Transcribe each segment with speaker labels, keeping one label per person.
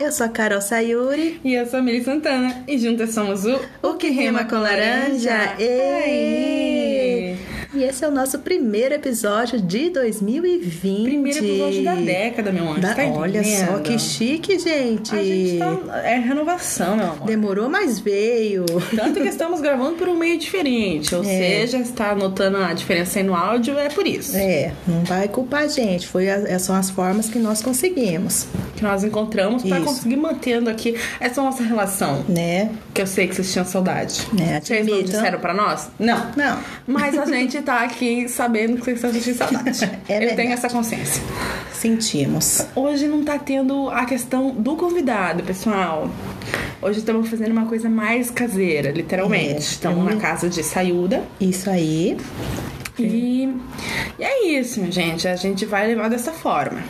Speaker 1: eu sou a Carol Sayuri.
Speaker 2: E eu sou a Miri Santana. E juntas somos o
Speaker 1: O que rima com laranja? Ei! E esse é o nosso primeiro episódio de 2020.
Speaker 2: Primeiro episódio da década, meu anjo.
Speaker 1: Da-
Speaker 2: tá
Speaker 1: olha só
Speaker 2: entendendo?
Speaker 1: que chique, gente.
Speaker 2: A gente tá... É renovação, meu amor.
Speaker 1: Demorou, mas veio.
Speaker 2: Tanto que estamos gravando por um meio diferente.
Speaker 1: É.
Speaker 2: Ou seja, está notando a diferença aí no áudio, é por isso.
Speaker 1: É, não vai culpar a gente. Foi a- essas são as formas que nós conseguimos,
Speaker 2: Que nós encontramos para
Speaker 1: Isso.
Speaker 2: conseguir mantendo aqui essa nossa relação.
Speaker 1: né?
Speaker 2: Que eu sei que vocês tinham saudade.
Speaker 1: É,
Speaker 2: vocês não
Speaker 1: admitam.
Speaker 2: disseram pra nós? Não.
Speaker 1: Não.
Speaker 2: Mas a gente tá aqui sabendo que vocês estão sentindo saudade.
Speaker 1: É
Speaker 2: Eu
Speaker 1: verdade.
Speaker 2: tenho essa consciência.
Speaker 1: Sentimos.
Speaker 2: Hoje não tá tendo a questão do convidado, pessoal. Hoje estamos fazendo uma coisa mais caseira, literalmente.
Speaker 1: É,
Speaker 2: estamos na casa de Sayuda.
Speaker 1: Isso aí.
Speaker 2: E, e é isso, gente. A gente vai levar dessa forma.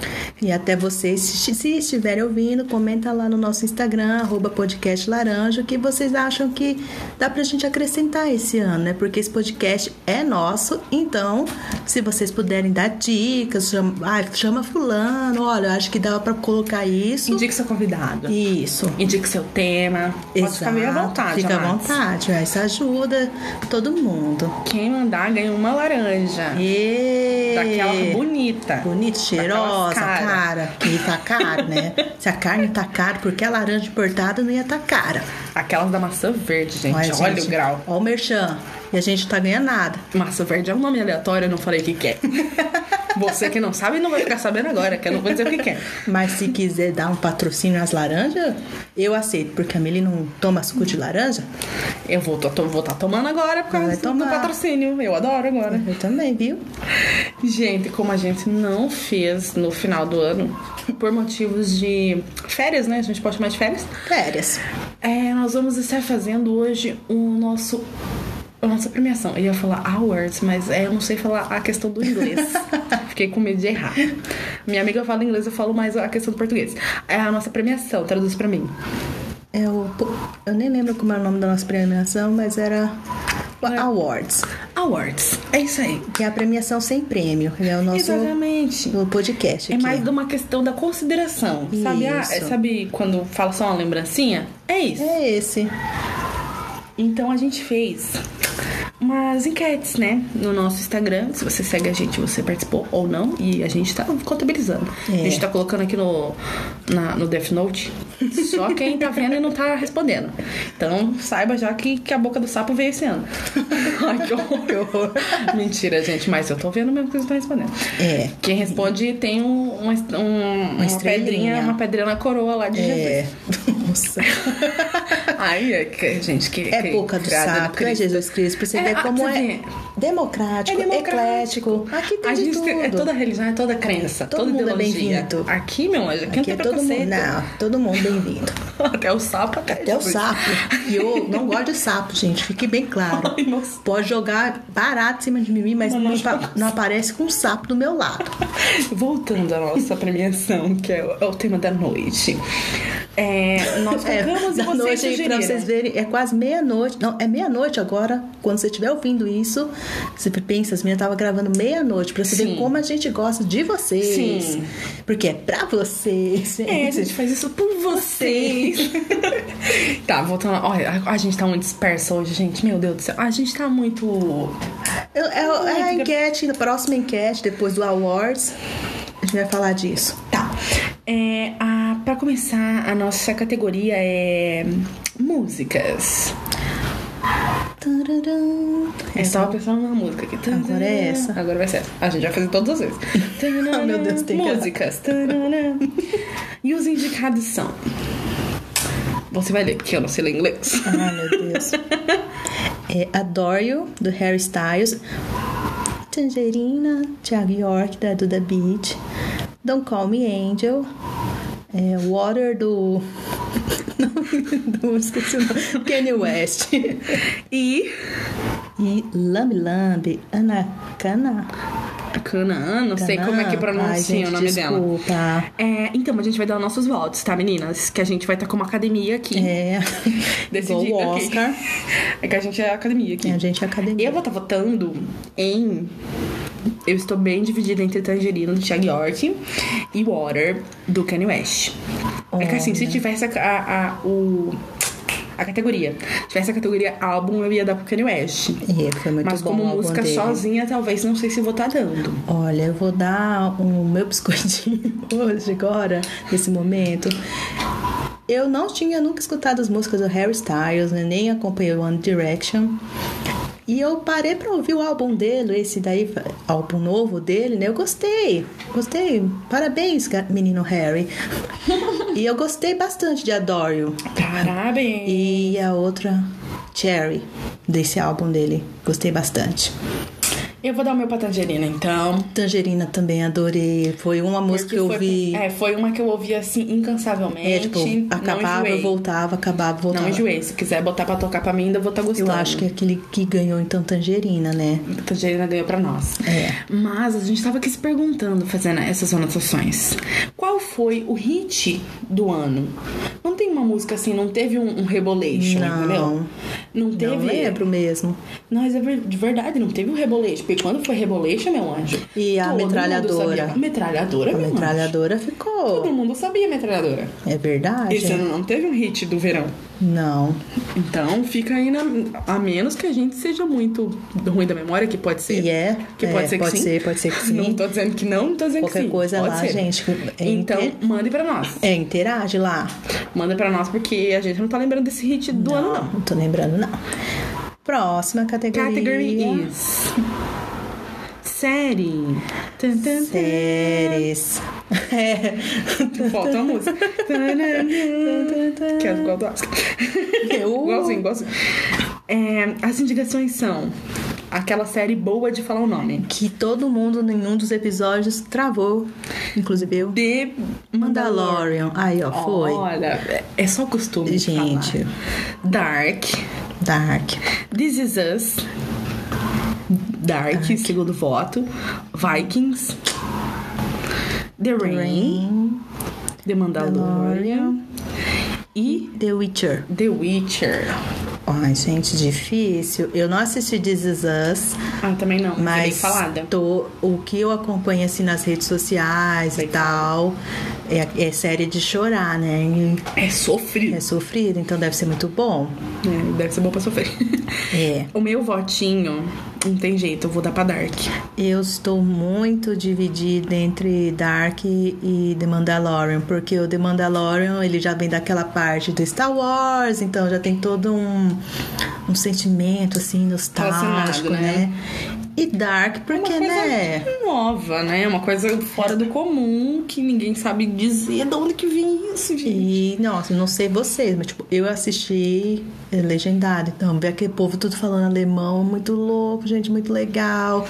Speaker 1: E até vocês, se se estiverem ouvindo, comenta lá no nosso Instagram, arroba podcast laranja, o que vocês acham que dá pra gente acrescentar esse ano, né? Porque esse podcast é nosso, então, se vocês puderem dar dicas, chama, ah, chama fulano, olha, eu acho que dava pra colocar isso.
Speaker 2: Indique seu convidado.
Speaker 1: Isso.
Speaker 2: Indique seu tema. Pode ficar meio à vontade.
Speaker 1: Fica à
Speaker 2: Max.
Speaker 1: vontade, ó, isso ajuda todo mundo.
Speaker 2: Quem mandar ganha uma laranja.
Speaker 1: E...
Speaker 2: Daquela bonita.
Speaker 1: Bonita, cheirosa,
Speaker 2: Daquelas
Speaker 1: cara.
Speaker 2: Tá cara.
Speaker 1: Que tá caro, né? Se a carne tá cara, porque a laranja importada não ia tá cara.
Speaker 2: Aquelas da maçã verde, gente.
Speaker 1: Olha,
Speaker 2: Olha,
Speaker 1: gente,
Speaker 2: o grau.
Speaker 1: Olha o merchan. E a gente tá ganhando nada.
Speaker 2: Maçã verde é um nome aleatório, eu não falei o que, que é. Você que não sabe não vai ficar sabendo agora, que eu não vou dizer o que, que é.
Speaker 1: Mas se quiser dar um patrocínio às laranjas, eu aceito, porque a Mili não toma suco de laranja.
Speaker 2: Eu vou estar tomando agora por
Speaker 1: Vai
Speaker 2: causa do
Speaker 1: tomar.
Speaker 2: patrocínio. Eu adoro agora.
Speaker 1: Eu também, viu?
Speaker 2: Gente, como a gente não fez no final do ano, por motivos de férias, né? A gente pode chamar de férias.
Speaker 1: Férias.
Speaker 2: É, nós vamos estar fazendo hoje o nosso. A nossa premiação. Eu ia falar awards, mas é, eu não sei falar a questão do inglês. Fiquei com medo de errar. Minha amiga fala inglês, eu falo mais a questão do português. É a nossa premiação, traduz pra mim.
Speaker 1: É o, pô, eu nem lembro como era o nome da nossa premiação, mas era
Speaker 2: É.
Speaker 1: Awards,
Speaker 2: Awards. É isso aí.
Speaker 1: que é a premiação sem prêmio. É o nosso
Speaker 2: Exatamente.
Speaker 1: o podcast.
Speaker 2: É
Speaker 1: aqui.
Speaker 2: mais de uma questão da consideração. Sabe, ah,
Speaker 1: Isso.
Speaker 2: é- sabe quando fala só uma lembrancinha? É isso.
Speaker 1: É esse.
Speaker 2: Então a gente fez umas enquetes, né? No nosso Instagram. Se você segue a gente, você participou ou não. E a gente tá contabilizando.
Speaker 1: É.
Speaker 2: A gente tá colocando aqui no, na- no Death Note. Só quem tá vendo e não tá respondendo. Então saiba já que, que a boca do sapo veio esse ano. Ai, que horror. Mentira, gente. Mas eu tô vendo mesmo que vocês estão respondendo.
Speaker 1: É.
Speaker 2: Quem responde tem um- uma, est- um- uma,
Speaker 1: estrelinha.
Speaker 2: pedrinha, uma pedrinha na coroa lá de
Speaker 1: É.
Speaker 2: Jesus.
Speaker 1: Nossa.
Speaker 2: Ai, é que- gente, que.
Speaker 1: É
Speaker 2: que
Speaker 1: boca do
Speaker 2: criada
Speaker 1: sapo, é
Speaker 2: Cristo.
Speaker 1: Jesus Cristo. Pra você
Speaker 2: É,
Speaker 1: ver
Speaker 2: ah,
Speaker 1: como
Speaker 2: você
Speaker 1: é
Speaker 2: vê.
Speaker 1: democrático,
Speaker 2: É democrático.
Speaker 1: eclético. Aqui tem
Speaker 2: a
Speaker 1: de
Speaker 2: gente
Speaker 1: tudo.
Speaker 2: tem- é toda religião, é toda crença,
Speaker 1: Todo
Speaker 2: toda
Speaker 1: mundo é
Speaker 2: ideologia.
Speaker 1: bem-vindo.
Speaker 2: Aqui, meu anjo, aqui, não
Speaker 1: Aqui
Speaker 2: tem
Speaker 1: é todo mundo.
Speaker 2: preconceito.
Speaker 1: Não, todo mundo bem-vindo.
Speaker 2: Até o sapo, até,
Speaker 1: Até o
Speaker 2: Jesus.
Speaker 1: sapo. E eu não gosto de sapo, gente. Fique bem claro.
Speaker 2: Ai, nossa.
Speaker 1: Pode jogar barato em cima de mim, mas não, pa- não aparece com um sapo do meu lado.
Speaker 2: Voltando à nossa premiação, que é o, é o tema da noite. É, nós colocamos e
Speaker 1: da
Speaker 2: vocês
Speaker 1: noite aí, pra
Speaker 2: sugeriram.
Speaker 1: vocês verem, é quase meia-noite. Não, é meia-noite agora. Quando você estiver ouvindo isso, você pensa, as meninas estavam gravando meia-noite, pra você ver
Speaker 2: Sim.
Speaker 1: como a gente gosta de vocês.
Speaker 2: Sim.
Speaker 1: Porque é pra vocês,
Speaker 2: É, a
Speaker 1: gente.
Speaker 2: gente faz isso por vocês. tá, voltando. Olha, a, a gente tá muito dispersa hoje, gente. Meu Deus do céu. A gente tá muito.
Speaker 1: É, é- é a enquete, a próxima enquete, depois do Awards, a gente vai falar disso.
Speaker 2: Tá. É, a, pra começar, a nossa categoria é. Músicas.
Speaker 1: Tararam.
Speaker 2: É só pensar numa música aqui.
Speaker 1: Agora é essa.
Speaker 2: Agora vai ser essa. A gente vai fazer todas as vezes.
Speaker 1: Ah, meu Deus, tem que-
Speaker 2: Músicas. Tanana. E os indicados são. Você vai ler, porque eu não sei ler inglês.
Speaker 1: Ah, meu Deus. É Adore You, do Harry Styles. Tangerina, Thiago York, da Duda Beach. Don't Call Me Angel. É, Water, do... Não, esqueci o nome. Kanye West.
Speaker 2: E.
Speaker 1: E Lambi Lambi, Anacana.
Speaker 2: A Canaã, não sei como é que
Speaker 1: Ai,
Speaker 2: pronuncia
Speaker 1: gente,
Speaker 2: o nome dela.
Speaker 1: desculpa. dela.
Speaker 2: É, então, a gente vai dar nossos votos, tá, meninas? Que a gente vai estar com uma academia aqui.
Speaker 1: É,
Speaker 2: Decidindo
Speaker 1: igual o
Speaker 2: aqui.
Speaker 1: Oscar.
Speaker 2: É que a gente é academia aqui.
Speaker 1: É, a gente é academia.
Speaker 2: Eu vou estar votando em. Eu estou bem dividida entre Tangerina do Thiago York e Water do Kanye West. É que assim, se tivesse a, a, a- o, a categoria, tivesse a categoria álbum, eu ia dar pro Kanye West.
Speaker 1: É, foi muito
Speaker 2: Mas
Speaker 1: bom
Speaker 2: como
Speaker 1: o álbum
Speaker 2: música
Speaker 1: dele.
Speaker 2: sozinha, talvez não sei se vou tá dando.
Speaker 1: Olha, eu vou dar o meu biscoitinho hoje, agora, nesse momento. Eu não tinha nunca escutado as músicas do Harry Styles, né? nem acompanhei o One Direction. E eu parei pra ouvir o álbum dele, esse daí, álbum novo dele, né? Eu gostei, gostei. Parabéns, ga- menino Harry. e eu gostei bastante de Adore You.
Speaker 2: Parabéns!
Speaker 1: E a outra, Cherry, desse álbum dele. Gostei bastante.
Speaker 2: Eu vou dar o meu pra Tangerina, então.
Speaker 1: Tangerina também adorei. Foi uma música
Speaker 2: Porque
Speaker 1: que eu
Speaker 2: foi,
Speaker 1: vi.
Speaker 2: É, foi uma que eu ouvi assim, incansavelmente.
Speaker 1: É, tipo,
Speaker 2: não
Speaker 1: acabava,
Speaker 2: enjoei.
Speaker 1: voltava, acabava, voltava.
Speaker 2: Não enjoei. Se quiser botar pra tocar pra mim, ainda vou estar tá
Speaker 1: Eu
Speaker 2: gostando.
Speaker 1: acho que é aquele que ganhou então Tangerina, né?
Speaker 2: Tangerina ganhou pra nós.
Speaker 1: É.
Speaker 2: Mas a gente tava aqui se perguntando, fazendo essas anotações. Qual foi o hit do ano? Não tem uma música assim, não teve um, um rebolation,
Speaker 1: Não.
Speaker 2: entendeu? Não teve.
Speaker 1: Não lembro mesmo.
Speaker 2: Mas é ver- de verdade, não teve o rebolation. Porque quando foi rebolation, meu anjo.
Speaker 1: E a
Speaker 2: todo mundo
Speaker 1: metralhadora.
Speaker 2: sabia. A metralhadora,
Speaker 1: A
Speaker 2: meu anjo.
Speaker 1: metralhadora
Speaker 2: Todo
Speaker 1: ficou.
Speaker 2: mundo sabia a metralhadora.
Speaker 1: É verdade.
Speaker 2: Esse ano não teve um hit do verão.
Speaker 1: Não.
Speaker 2: Então fica aí na, a menos que a gente seja muito ruim da memória, que pode ser.
Speaker 1: E é.
Speaker 2: Que
Speaker 1: é,
Speaker 2: pode ser que
Speaker 1: pode
Speaker 2: sim.
Speaker 1: Ser, pode ser que sim.
Speaker 2: Não tô dizendo que não, não tô dizendo
Speaker 1: Qualquer
Speaker 2: que sim.
Speaker 1: coisa
Speaker 2: pode
Speaker 1: lá,
Speaker 2: ser.
Speaker 1: gente. É
Speaker 2: Então,
Speaker 1: inter-
Speaker 2: mande pra nós.
Speaker 1: É, interage lá.
Speaker 2: Manda pra nós, porque a gente não tá lembrando desse hit do ano, não.
Speaker 1: Não tô lembrando, não. Próxima categoria.
Speaker 2: Category is. Série. Tan, tan, tan.
Speaker 1: Séries. É.
Speaker 2: Falta a música. que é igual do Oscar.
Speaker 1: Eu-
Speaker 2: Igualzinho, igualzinho. É, as indicações são aquela série boa de falar o nome.
Speaker 1: que todo mundo em um dos episódios travou, inclusive eu.
Speaker 2: The
Speaker 1: Mandalorian. Aí, ó, foi.
Speaker 2: Olha, é- é só costume. de
Speaker 1: Gente.
Speaker 2: falar. Dark.
Speaker 1: Dark.
Speaker 2: This Is Us. Dark, segundo voto. Vikings. The Rain.
Speaker 1: Rain,
Speaker 2: The Mandalorian. E
Speaker 1: The Witcher.
Speaker 2: The Witcher.
Speaker 1: Ai, gente, difícil. Eu não assisti This Is Us,
Speaker 2: Ah, também não. Mas é bem
Speaker 1: mas
Speaker 2: falada.
Speaker 1: tô, o que eu acompanho assim nas redes sociais
Speaker 2: Bem
Speaker 1: e tal é, é série de chorar, né? E
Speaker 2: É sofrido.
Speaker 1: É sofrido, então deve ser muito bom.
Speaker 2: É, deve ser bom pra sofrer.
Speaker 1: É.
Speaker 2: o meu votinho, não tem jeito, eu vou dar pra Dark.
Speaker 1: Eu estou muito dividida entre Dark e The Mandalorian, porque o The Mandalorian ele já vem daquela parte do Star Wars, então já tem todo um, um sentimento assim nostálgico,
Speaker 2: Relacionado,
Speaker 1: né?
Speaker 2: né? É
Speaker 1: E Dark, porque
Speaker 2: uma coisa
Speaker 1: né?
Speaker 2: nova, né? Uma coisa fora do comum que ninguém sabe dizer de onde que vem isso, gente.
Speaker 1: E, nossa, não sei vocês, mas tipo, eu assisti é, legendado, então ver aquele povo tudo falando alemão, muito louco, gente, muito legal.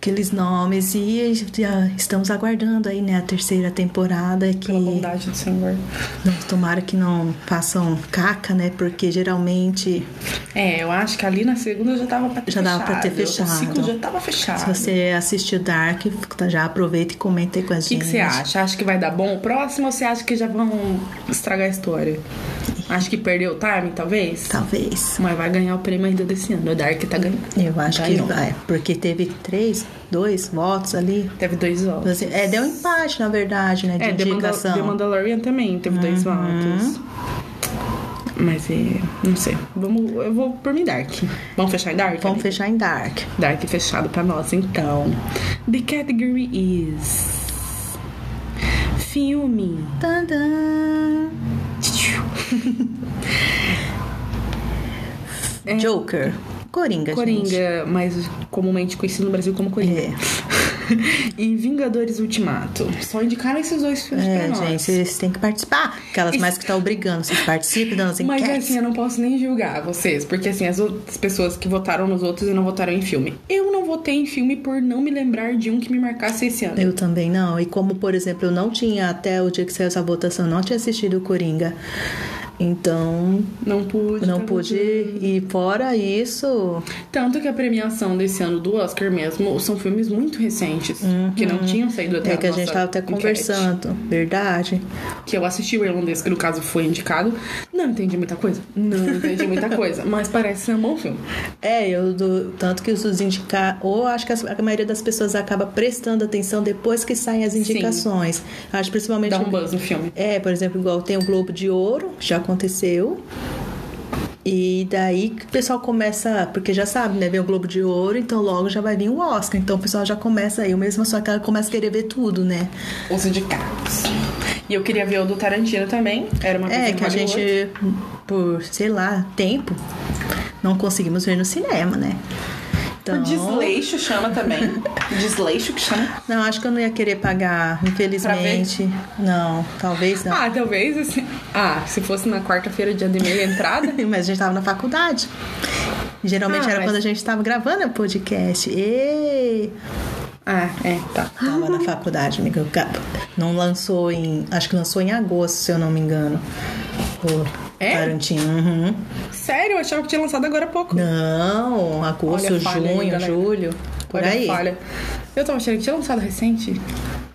Speaker 1: Aqueles nomes e já estamos aguardando aí, né, a terceira temporada que
Speaker 2: Pela bondade do Senhor.
Speaker 1: não, tomara que não façam caca, né? Porque geralmente
Speaker 2: É, eu acho que ali na segunda já tava pra ter
Speaker 1: Já
Speaker 2: fechado.
Speaker 1: dava pra ter
Speaker 2: O ciclo
Speaker 1: fechado.
Speaker 2: já tava fechado.
Speaker 1: se você assistiu Dark, tá, já aproveita e comenta aí com a
Speaker 2: O que
Speaker 1: gente.
Speaker 2: que você acha? Acha que vai dar bom o próximo ou você acha que já vão estragar a história? Acho que perdeu o time, talvez?
Speaker 1: Tá. Talvez.
Speaker 2: Mas vai ganhar o prêmio ainda desse ano. O Dark tá ganhando.
Speaker 1: Eu acho que
Speaker 2: Ganhou.
Speaker 1: vai. Porque teve três, dois votos ali.
Speaker 2: Teve dois votos.
Speaker 1: Assim, É, deu um empate, na verdade, né? De
Speaker 2: É, The, Mandal
Speaker 1: indicação. Uhum.
Speaker 2: The Mandalorian também teve dois votos. Mas é. Não sei. Vamos, eu vou por mim Dark. Vamos fechar em Dark?
Speaker 1: Vamos fechar em Dark.
Speaker 2: Dark fechado pra nós, então. The category is. Filme.
Speaker 1: Tadã!
Speaker 2: É.
Speaker 1: Joker. Coringa, gente.
Speaker 2: Coringa, mais comumente conhecido no Brasil como Coringa.
Speaker 1: É.
Speaker 2: e Vingadores Ultimato. Só indicaram esses dois filmes pra
Speaker 1: É,
Speaker 2: nós.
Speaker 1: gente, vocês têm que participar. Aquelas mais que tá obrigando, vocês participem das
Speaker 2: Mas
Speaker 1: enquetes.
Speaker 2: assim, eu não posso nem julgar vocês, porque assim, as outras pessoas que votaram nos outros e não votaram em filme. Eu não votei em filme por não me lembrar de um que me marcasse esse ano.
Speaker 1: Eu também não. E como, por exemplo, eu não tinha, até o dia que saiu essa votação, eu não tinha assistido o Coringa. Então,
Speaker 2: Não pude.
Speaker 1: não
Speaker 2: tava
Speaker 1: pude ir. E fora isso,
Speaker 2: Tanto que a premiação desse ano do Oscar mesmo são filmes muito recentes, que não tinham saído até
Speaker 1: é que a
Speaker 2: nossa
Speaker 1: gente tava até
Speaker 2: enquete,
Speaker 1: conversando, verdade?
Speaker 2: Que eu assisti o irlandês, que no caso foi indicado. Não entendi muita coisa. Não entendi muita coisa, mas parece ser um bom filme.
Speaker 1: É, eu do, tanto que os indicar, ou acho que as- a maioria das pessoas acaba prestando atenção depois que saem as indicações. Acho principalmente
Speaker 2: Dá um buzz no filme.
Speaker 1: É, por exemplo, igual tem o Globo de Ouro, já aconteceu. E daí que o pessoal começa, porque já sabe, né? Vem o Globo de Ouro, então logo já vai vir o Oscar. Então o pessoal já começa aí, o mesmo só que ela começa a querer ver tudo, né?
Speaker 2: Os indicados. E eu queria ver o do Tarantino também. Era uma coisa
Speaker 1: É, que a
Speaker 2: Hollywood.
Speaker 1: gente, por, sei lá, tempo, não conseguimos ver no cinema, né? Então.
Speaker 2: O desleixo chama também. desleixo que chama.
Speaker 1: Não, acho que eu não ia querer pagar, infelizmente. Não, talvez não.
Speaker 2: Ah, talvez assim. Ah, se fosse na quarta-feira, dia de meia entrada.
Speaker 1: Mas a gente tava na faculdade. Geralmente
Speaker 2: Ah,
Speaker 1: era
Speaker 2: mas-
Speaker 1: quando a gente tava gravando o podcast. E
Speaker 2: Ah, é, tá.
Speaker 1: tava na faculdade, amiga. Não lançou em. Acho que lançou em agosto, se eu não me engano. O
Speaker 2: É?
Speaker 1: Tarantino. Uhum.
Speaker 2: Sério, eu achava que tinha lançado agora há pouco.
Speaker 1: Não, agosto,
Speaker 2: Olha a falha
Speaker 1: junho,
Speaker 2: ainda, né?
Speaker 1: julho. Por
Speaker 2: Olha,
Speaker 1: aí.
Speaker 2: Olha, eu tava achando que tinha lançado recente.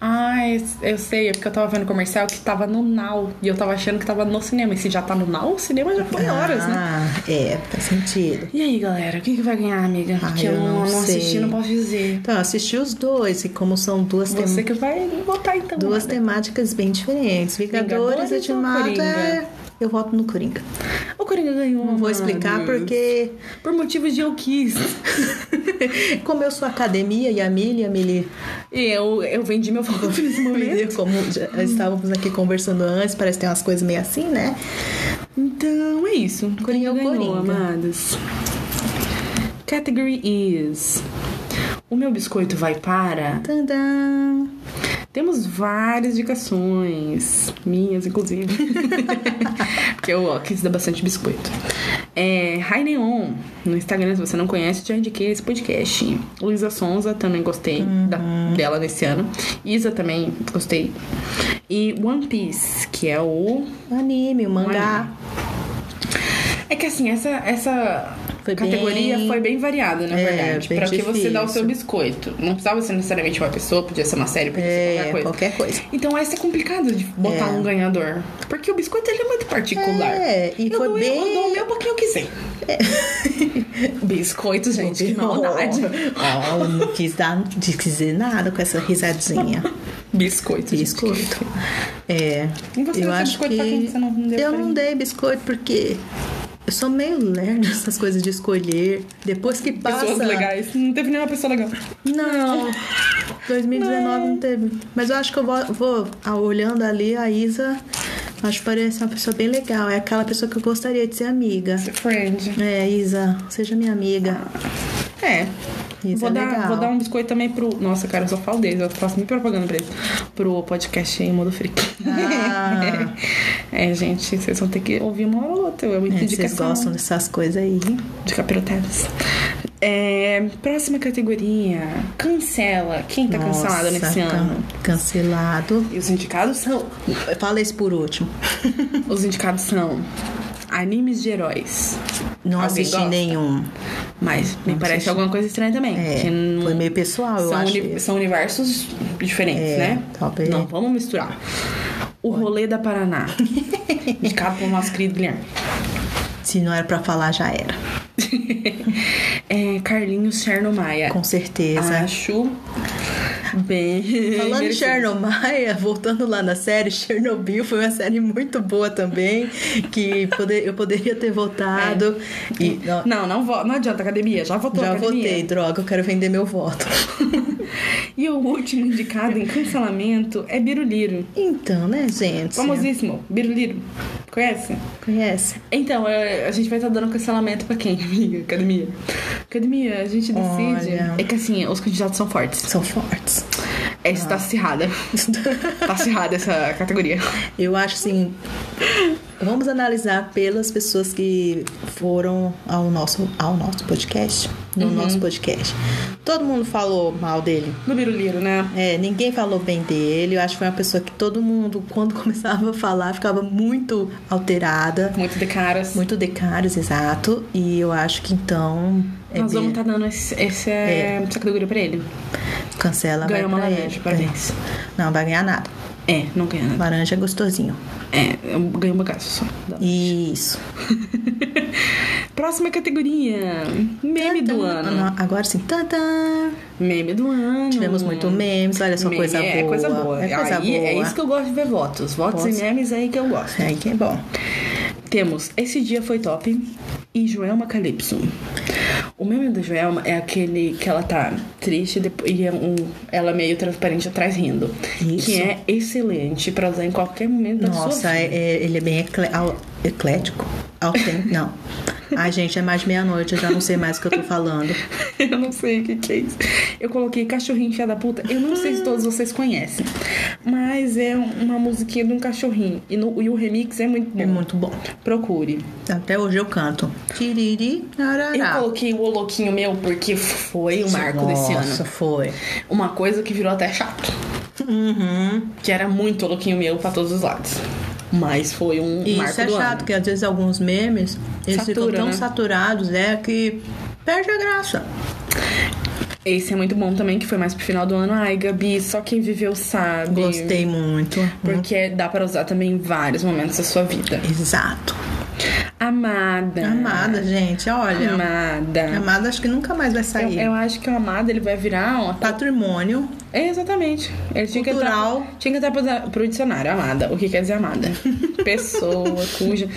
Speaker 2: Ah, es- eu sei, é porque eu tava vendo comercial que tava no Now. E eu tava achando que tava no cinema. E se já tá no Now, o cinema já foi horas, né?
Speaker 1: Ah, é, faz sentido.
Speaker 2: E aí, galera, o que, que vai ganhar, amiga?
Speaker 1: Ah,
Speaker 2: que
Speaker 1: eu não sei.
Speaker 2: assisti, não posso dizer.
Speaker 1: Então, eu assisti os dois, e como são duas
Speaker 2: Você que vai votar então.
Speaker 1: Duas
Speaker 2: Amanda.
Speaker 1: temáticas bem diferentes. Vingadores,
Speaker 2: Vingadores ou
Speaker 1: Ultimato
Speaker 2: Coringa?
Speaker 1: é. Eu voto no Coringa.
Speaker 2: O Coringa ganhou.
Speaker 1: Não vou
Speaker 2: Amanda.
Speaker 1: explicar porque,
Speaker 2: Por motivos de eu quis.
Speaker 1: como eu sou academia e a Mili, a Mili,
Speaker 2: e eu, eu vendi meu voto nesse momento.
Speaker 1: como já estávamos aqui conversando antes, parece que tem umas coisas meio assim, né?
Speaker 2: Então é isso.
Speaker 1: Coringa é o
Speaker 2: ganhou,
Speaker 1: Coringa.
Speaker 2: amadas. Category is. O meu biscoito vai para.
Speaker 1: Tandam.
Speaker 2: Temos várias indicações, minhas inclusive. Porque eu ó, quis dar bastante biscoito. É, High Neon, no Instagram, se você não conhece, já indiquei esse podcast. Luísa Sonza, também gostei
Speaker 1: Uhum.
Speaker 2: da- dela nesse ano. Isa também gostei. E One Piece, que é o
Speaker 1: O anime, o mangá.
Speaker 2: é que assim, essa, essa
Speaker 1: Foi
Speaker 2: categoria
Speaker 1: bem-
Speaker 2: foi bem variada, na
Speaker 1: É,
Speaker 2: verdade.
Speaker 1: bem
Speaker 2: Pra que você dá o seu
Speaker 1: difícil.
Speaker 2: biscoito. Não precisava ser necessariamente uma pessoa, podia ser uma série, podia ser
Speaker 1: É,
Speaker 2: qualquer coisa.
Speaker 1: qualquer coisa.
Speaker 2: Então essa é complicado de botar
Speaker 1: É.
Speaker 2: um ganhador. Porque o biscoito ele é muito particular.
Speaker 1: É, e
Speaker 2: eu
Speaker 1: foi
Speaker 2: dou, Eu
Speaker 1: bem- É.
Speaker 2: dou o meu pra quem eu quiser. Biscoito, gente, que maldade.
Speaker 1: Oh, oh, não quis dar, não quis dizer nada com essa risadinha.
Speaker 2: Biscoito, gente.
Speaker 1: Biscoito. É.
Speaker 2: E você
Speaker 1: eu
Speaker 2: deu
Speaker 1: acho
Speaker 2: biscoito
Speaker 1: que
Speaker 2: pra quem? Você não deu
Speaker 1: Eu
Speaker 2: pra
Speaker 1: não
Speaker 2: mim?
Speaker 1: dei biscoito porque eu sou meio lerda essas coisas de escolher. Depois que passa.
Speaker 2: Pessoas legais. Não teve nenhuma pessoa legal.
Speaker 1: Não. 2019 não teve. Mas eu acho que eu vou, vou- ah, olhando ali a Isa. Acho que parece uma pessoa bem legal. É aquela pessoa que eu gostaria de ser amiga.
Speaker 2: Friend.
Speaker 1: É, Isa, seja minha amiga.
Speaker 2: É.
Speaker 1: Isso
Speaker 2: vou,
Speaker 1: é
Speaker 2: dar,
Speaker 1: legal.
Speaker 2: vou dar um biscoito também pro. Nossa, cara, eu só falo deles, eu faço muito propaganda pra eles. Pro podcast em modo freak.
Speaker 1: Ah.
Speaker 2: é, gente, vocês vão ter que ouvir uma hora ou outra. É muita
Speaker 1: É, vocês
Speaker 2: indicação
Speaker 1: gostam dessas coisas aí.
Speaker 2: de capirotadas. É, próxima categoria: cancela. Quem tá
Speaker 1: Nossa,
Speaker 2: cancelado nesse
Speaker 1: can-
Speaker 2: ano?
Speaker 1: Cancelado.
Speaker 2: E os indicados são.
Speaker 1: Fala isso por último.
Speaker 2: Os indicados são animes de heróis.
Speaker 1: Não
Speaker 2: Alguém
Speaker 1: assisti
Speaker 2: gosta?
Speaker 1: nenhum.
Speaker 2: Mas me
Speaker 1: Não
Speaker 2: parece
Speaker 1: assisti.
Speaker 2: alguma coisa estranha também.
Speaker 1: É,
Speaker 2: que não-
Speaker 1: foi meio pessoal, eu
Speaker 2: são,
Speaker 1: acho.
Speaker 2: uni-
Speaker 1: isso.
Speaker 2: são universos diferentes,
Speaker 1: É,
Speaker 2: né?
Speaker 1: talvez.
Speaker 2: Não, vamos misturar. O rolê da Paraná. Indicado pelo nosso querido Guilherme.
Speaker 1: Se não era pra falar, já era.
Speaker 2: É, Carlinhos Chernomaia.
Speaker 1: Com certeza.
Speaker 2: É. Ah, Acho bem.
Speaker 1: Falando em
Speaker 2: merecido.
Speaker 1: Chernobyl, voltando lá na série, Chernobyl foi uma série muito boa também, que poder- eu poderia ter votado. E, não,
Speaker 2: É. Não, não, vo- não adianta, academia. Já votou
Speaker 1: já
Speaker 2: academia.
Speaker 1: votei, droga, eu quero vender meu voto.
Speaker 2: E o último indicado em cancelamento é Biruliro.
Speaker 1: Então, né, gente?
Speaker 2: Famosíssimo, Biruliro. Conhece?
Speaker 1: Conhece?
Speaker 2: Então, é, a gente vai estar dando cancelamento pra quem, amiga? Academia. Academia, a gente decide.
Speaker 1: Olha.
Speaker 2: É que assim, os candidatos são fortes. É,
Speaker 1: São fortes. Ah.
Speaker 2: Essa tá acirrada. tá acirrada essa categoria.
Speaker 1: Eu acho assim, Vamos analisar pelas pessoas que foram ao nosso, ao nosso podcast. No
Speaker 2: Uhum.
Speaker 1: nosso podcast. Todo mundo falou mal dele.
Speaker 2: No biruliro, né?
Speaker 1: É, ninguém falou bem dele. Eu acho que foi uma pessoa que todo mundo, quando começava a falar, ficava muito alterada.
Speaker 2: Muito de caras.
Speaker 1: Muito de caras, exato. E eu acho que então. é
Speaker 2: Nós
Speaker 1: bem-
Speaker 2: vamos estar dando esse, esse, essa categoria pra ele.
Speaker 1: Cancela,
Speaker 2: Ganhou uma
Speaker 1: vai É. Tá pra ele.
Speaker 2: laranja, parabéns.
Speaker 1: É. Não, vai ganhar nada.
Speaker 2: É, não ganha nada.
Speaker 1: Laranja é gostosinho.
Speaker 2: É, eu ganho um bagaço só.
Speaker 1: Isso.
Speaker 2: Próxima categoria: Meme do
Speaker 1: Tantã.
Speaker 2: ano.
Speaker 1: Agora sim. Tantã.
Speaker 2: Meme do ano.
Speaker 1: Tivemos muito memes, olha só,
Speaker 2: Meme
Speaker 1: coisa boa.
Speaker 2: é, coisa boa.
Speaker 1: É coisa
Speaker 2: aí,
Speaker 1: boa.
Speaker 2: É isso que eu gosto de ver votos. Votos
Speaker 1: Votos.
Speaker 2: e memes aí que eu gosto.
Speaker 1: Aí que é bom.
Speaker 2: Temos Esse Dia Foi Top e Joelma Calypso. O meme da Joelma é aquele que ela tá triste e depo- e é um, ela meio transparente atrás rindo.
Speaker 1: Isso.
Speaker 2: Que é excelente pra usar em qualquer momento da sua
Speaker 1: Nossa,
Speaker 2: vida.
Speaker 1: é- é- ele é bem ecle- au- eclético. Autêntico. Não. Ai, gente, é mais de meia-noite, eu já não sei mais o que eu tô falando.
Speaker 2: Eu não sei o que, que é isso. Eu coloquei Cachorrinho Fia da Puta. Eu não sei se todos vocês conhecem. Mas é uma musiquinha de um cachorrinho. E, no- e o remix é muito bom.
Speaker 1: É muito bom.
Speaker 2: Procure.
Speaker 1: Até hoje eu canto. Tiriri,
Speaker 2: Eu
Speaker 1: arará.
Speaker 2: coloquei o louquinho meu porque foi o marco
Speaker 1: Nossa,
Speaker 2: desse ano.
Speaker 1: foi.
Speaker 2: Uma coisa que virou até chato.
Speaker 1: Uhum.
Speaker 2: Que era muito louquinho meu pra todos os lados. Mas foi um
Speaker 1: E
Speaker 2: marco
Speaker 1: isso é
Speaker 2: do
Speaker 1: chato,
Speaker 2: ano.
Speaker 1: que às vezes alguns memes, eles ficam
Speaker 2: Satura,
Speaker 1: tão
Speaker 2: né?
Speaker 1: saturados, é que perde a graça.
Speaker 2: Esse é muito bom também, que foi mais pro final do ano. Ai, Gabi, só quem viveu sabe.
Speaker 1: Gostei muito.
Speaker 2: Porque dá pra usar também em vários momentos da sua vida.
Speaker 1: Exato.
Speaker 2: Amada.
Speaker 1: Amada, é. gente, olha.
Speaker 2: Amada.
Speaker 1: Amada acho que nunca mais vai
Speaker 2: Eu,
Speaker 1: sair.
Speaker 2: eu acho que o Amada ele vai virar uma.
Speaker 1: Patrimônio.
Speaker 2: É, exatamente. Ele tinha
Speaker 1: Cultural.
Speaker 2: que entrar, tinha que entrar pro, da- pro dicionário, Amada. O que quer dizer Amada? Pessoa, cuja.